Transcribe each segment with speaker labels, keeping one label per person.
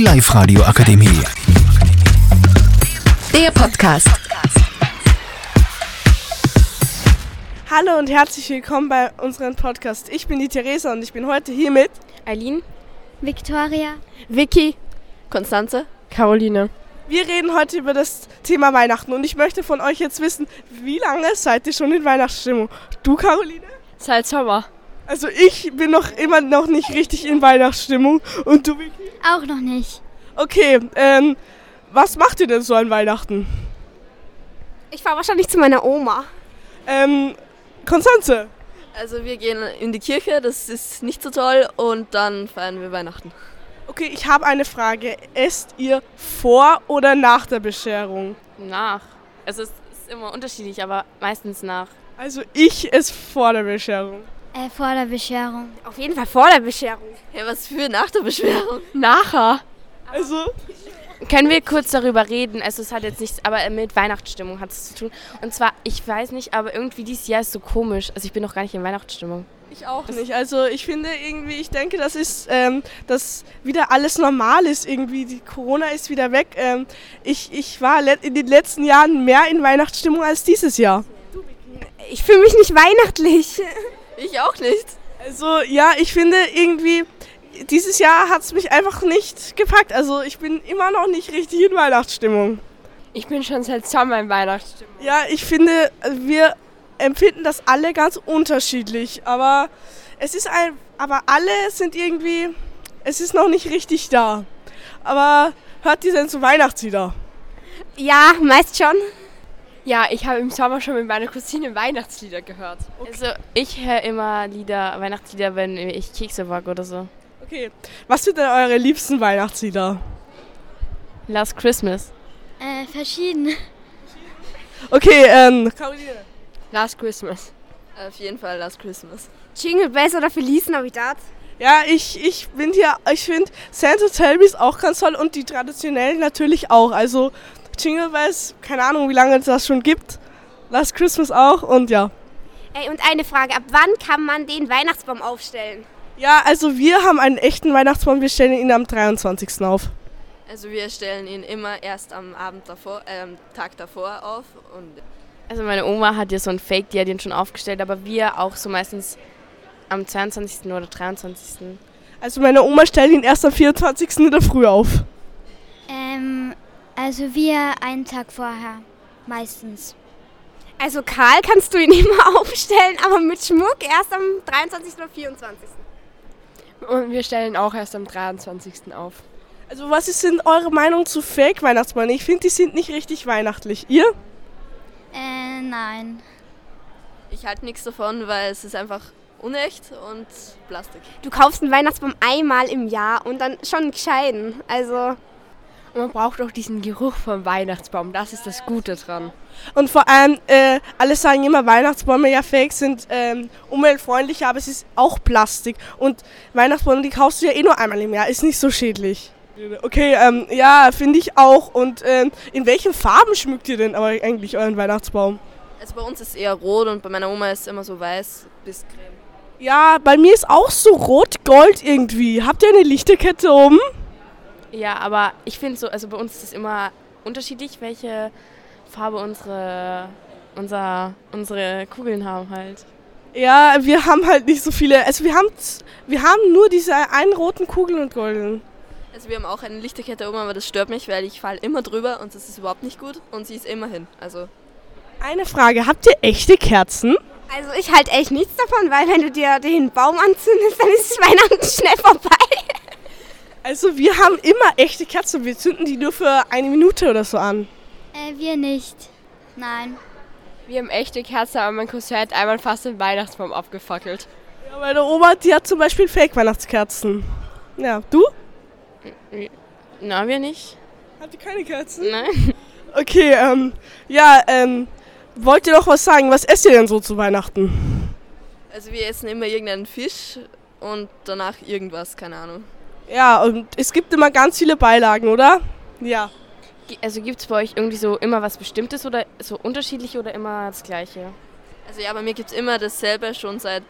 Speaker 1: Live Radio Akademie.
Speaker 2: Der Podcast.
Speaker 3: Hallo und herzlich willkommen bei unserem Podcast. Ich bin die Theresa und ich bin heute hier mit.
Speaker 4: Eileen,
Speaker 5: Victoria,
Speaker 4: Vicky, Konstanze, Caroline.
Speaker 3: Wir reden heute über das Thema Weihnachten und ich möchte von euch jetzt wissen, wie lange seid ihr schon in Weihnachtsstimmung? Du, Caroline?
Speaker 4: Seit Sommer.
Speaker 3: Also ich bin noch immer noch nicht richtig in Weihnachtsstimmung und du, Vicky?
Speaker 5: auch noch nicht.
Speaker 3: Okay, ähm, was macht ihr denn so an Weihnachten?
Speaker 4: Ich fahre wahrscheinlich zu meiner Oma.
Speaker 3: Ähm, Konstanze,
Speaker 6: Also wir gehen in die Kirche, das ist nicht so toll und dann feiern wir Weihnachten.
Speaker 3: okay, ich habe eine Frage. Esst ihr vor oder nach der Bescherung?
Speaker 7: Nach. Also es ist immer unterschiedlich, aber meistens nach.
Speaker 3: Also ich esse vor der Bescherung.
Speaker 5: Äh, vor der Bescherung.
Speaker 4: Auf jeden Fall vor der Bescherung.
Speaker 6: Hey, was für nach der Beschwerung?
Speaker 7: Nachher?
Speaker 3: Also,
Speaker 7: Können wir kurz darüber reden? Also es hat jetzt nichts, aber mit Weihnachtsstimmung hat es zu tun. Und zwar, ich weiß nicht, aber irgendwie dieses Jahr ist so komisch. Also ich bin noch gar nicht in Weihnachtsstimmung.
Speaker 3: Ich auch nicht. Also ich finde irgendwie, ich denke, das ist, ähm, dass wieder alles normal ist irgendwie. Die Corona ist wieder weg. Ähm, ich, ich war le- in den letzten Jahren mehr in Weihnachtsstimmung als dieses Jahr.
Speaker 4: Ich fühle mich nicht weihnachtlich.
Speaker 6: Ich auch nicht.
Speaker 3: Also ja, ich finde irgendwie, dieses Jahr hat es mich einfach nicht gepackt. Also ich bin immer noch nicht richtig in Weihnachtsstimmung.
Speaker 4: Ich bin schon seit Sommer in Weihnachtsstimmung.
Speaker 3: Ja, ich finde, wir empfinden das alle ganz unterschiedlich. Aber es ist ein, aber alle sind irgendwie, es ist noch nicht richtig da. Aber hört ihr denn zu Weihnachtslieder?
Speaker 4: Ja, meist schon. Ja, ich habe im Sommer schon mit meiner Cousine Weihnachtslieder gehört.
Speaker 7: Also ich höre immer Lieder, Weihnachtslieder, wenn ich Kekse backe oder so.
Speaker 3: Okay, was sind denn eure liebsten Weihnachtslieder?
Speaker 7: Last Christmas.
Speaker 5: Äh, verschieden.
Speaker 3: Okay, ähm,
Speaker 4: Last Christmas.
Speaker 6: Auf jeden Fall Last Christmas.
Speaker 4: Jingle Bells oder Feliz Navidad?
Speaker 3: ja, ich, ich bin hier, ich finde Santa Tell Me ist auch ganz toll und die traditionellen natürlich auch. Also Jingle Bells, keine Ahnung, wie lange es das schon gibt. Last Christmas auch und ja.
Speaker 4: Ey, und eine Frage, ab wann kann man den Weihnachtsbaum aufstellen?
Speaker 3: Ja, also wir haben einen echten Weihnachtsbaum, wir stellen ihn am 23. auf.
Speaker 6: Also wir stellen ihn immer erst am Abend davor, ähm, Tag davor auf und
Speaker 7: Also meine Oma hat ja so einen Fake, die hat den schon aufgestellt, aber wir auch so meistens am 22. oder 23.
Speaker 3: Also meine Oma stellt ihn erst am 24. in der Früh auf.
Speaker 5: Ähm, also wir einen Tag vorher. Meistens.
Speaker 4: Also Karl kannst du ihn immer aufstellen, aber mit Schmuck erst am 23. oder 24.
Speaker 8: Und wir stellen auch erst am 23. auf.
Speaker 3: Also was ist denn eure Meinung zu Fake-Weihnachtsbäumen? Ich finde, die sind nicht richtig weihnachtlich. Ihr?
Speaker 5: Äh, nein.
Speaker 6: ich halte nichts davon, weil es ist einfach unecht und Plastik.
Speaker 4: Du kaufst einen Weihnachtsbaum einmal im Jahr und dann schon einen gescheiten. Also
Speaker 8: Und man braucht auch diesen Geruch vom Weihnachtsbaum. Das ist das Gute dran.
Speaker 3: Und vor allem, äh, alle sagen immer, Weihnachtsbäume ja fake sind ähm, umweltfreundlicher, aber es ist auch Plastik. Und Weihnachtsbäume, die kaufst du ja eh nur einmal im Jahr, ist nicht so schädlich. Okay, ähm, ja, finde ich auch. Und ähm, in welchen Farben schmückt ihr denn aber eigentlich euren Weihnachtsbaum?
Speaker 6: Also bei uns ist eher rot und bei meiner Oma ist immer so weiß bis creme.
Speaker 3: Ja, bei mir ist auch so rot-gold irgendwie. Habt ihr eine Lichterkette oben?
Speaker 7: Ja, aber ich finde so, also bei uns ist es immer unterschiedlich, welche Farbe unsere, unser, unsere Kugeln haben halt.
Speaker 3: Ja, wir haben halt nicht so viele. Also wir haben, z- wir haben nur diese einen roten Kugeln und goldenen.
Speaker 6: Also wir haben auch eine Lichterkette oben, aber das stört mich, weil ich falle immer drüber und das ist überhaupt nicht gut und sie ist immer hin. Also
Speaker 3: Eine Frage, habt ihr echte Kerzen?
Speaker 4: Also ich halte echt nichts davon, weil wenn du dir den Baum anzündest, dann ist Weihnachten schnell vorbei.
Speaker 3: Also wir haben immer echte Kerzen. Wir zünden die nur für eine Minute oder so an.
Speaker 5: Äh, wir nicht. Nein.
Speaker 8: Wir haben echte Kerzen, aber mein Cousin hat einmal fast den Weihnachtsbaum abgefackelt.
Speaker 3: Ja, meine Oma, die hat zum Beispiel Fake-Weihnachtskerzen. Ja, du?
Speaker 7: Na, wir nicht?
Speaker 3: Habt ihr keine Kerzen?
Speaker 7: Nein.
Speaker 3: Okay, ähm, ja, ähm, wollt ihr noch was sagen? Was esst ihr denn so zu Weihnachten?
Speaker 6: Also wir essen immer irgendeinen Fisch und danach irgendwas, keine Ahnung.
Speaker 3: Ja, und es gibt immer ganz viele Beilagen, oder? Ja.
Speaker 7: Gi- Also gibt es bei euch irgendwie so immer was Bestimmtes oder so unterschiedlich oder immer das Gleiche?
Speaker 6: Also ja, bei mir gibt es immer dasselbe schon seit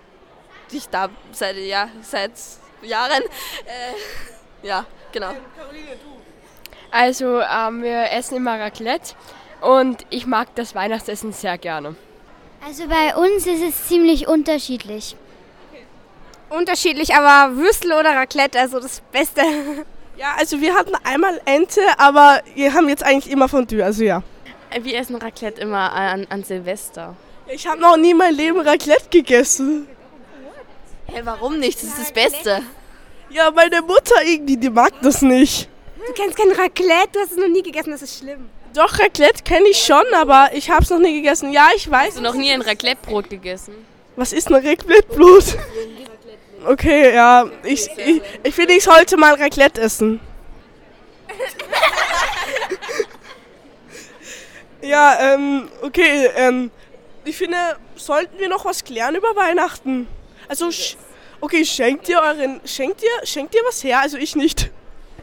Speaker 6: ich da seit ja seit Jahren. Äh, ja, Genau.
Speaker 8: Also, ähm, wir essen immer Raclette und ich mag das Weihnachtsessen sehr gerne.
Speaker 5: Also bei uns ist es ziemlich unterschiedlich.
Speaker 4: Unterschiedlich, aber Würstel oder Raclette, also das Beste.
Speaker 3: Ja, also wir hatten einmal Ente, aber wir haben jetzt eigentlich immer Fondue, also ja.
Speaker 7: Äh, Wir essen Raclette immer an, an Silvester.
Speaker 3: Ich habe noch nie mein Leben Raclette gegessen.
Speaker 6: Hä, warum nicht? Das ist das Beste.
Speaker 3: Ja, meine Mutter irgendwie, die mag das nicht.
Speaker 4: Du kennst kein Raclette, du hast es noch nie gegessen, das ist schlimm.
Speaker 3: Doch, Raclette kenne ich schon, aber ich habe es noch nie gegessen. Ja, ich weiß.
Speaker 7: Hast du noch nie ein Raclette-Brot gegessen?
Speaker 3: Was ist ein Raclette-Blut? Okay, ja, ich, ich, ich finde, ich sollte mal Raclette essen. Ja, ähm, okay, ähm, ich finde, sollten wir noch was klären über Weihnachten? Also, sch okay, schenkt ihr euren, schenkt ihr, schenkt ihr was her? Also ich nicht.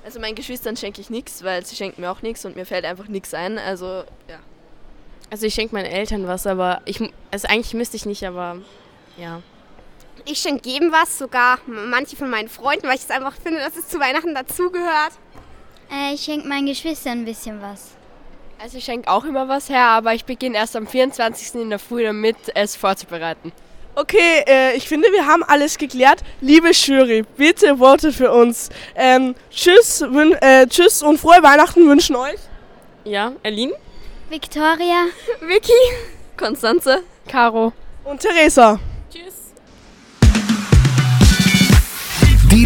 Speaker 6: Also meinen Geschwistern schenke ich nichts, weil sie schenken mir auch nichts und mir fällt einfach nichts ein. Also ja.
Speaker 7: Also ich schenke meinen Eltern was, aber ich, mu- also eigentlich müsste ich nicht, aber ja.
Speaker 4: Ich schenke jedem was, sogar manche von meinen Freunden, weil ich es einfach finde, dass es zu Weihnachten dazugehört.
Speaker 5: Äh, ich schenke meinen Geschwistern ein bisschen was.
Speaker 8: Also, ich schenke auch immer was her, aber ich beginne erst am 24. in der Früh damit, es vorzubereiten.
Speaker 3: Okay, äh, ich finde, wir haben alles geklärt. Liebe Jury, bitte Worte für uns. Ähm, tschüss, wün äh, tschüss und frohe Weihnachten wünschen euch.
Speaker 7: Ja, Aline?
Speaker 5: Victoria?
Speaker 4: Vicky?
Speaker 6: Konstanze?
Speaker 8: Caro.
Speaker 3: Und Theresa.
Speaker 1: Die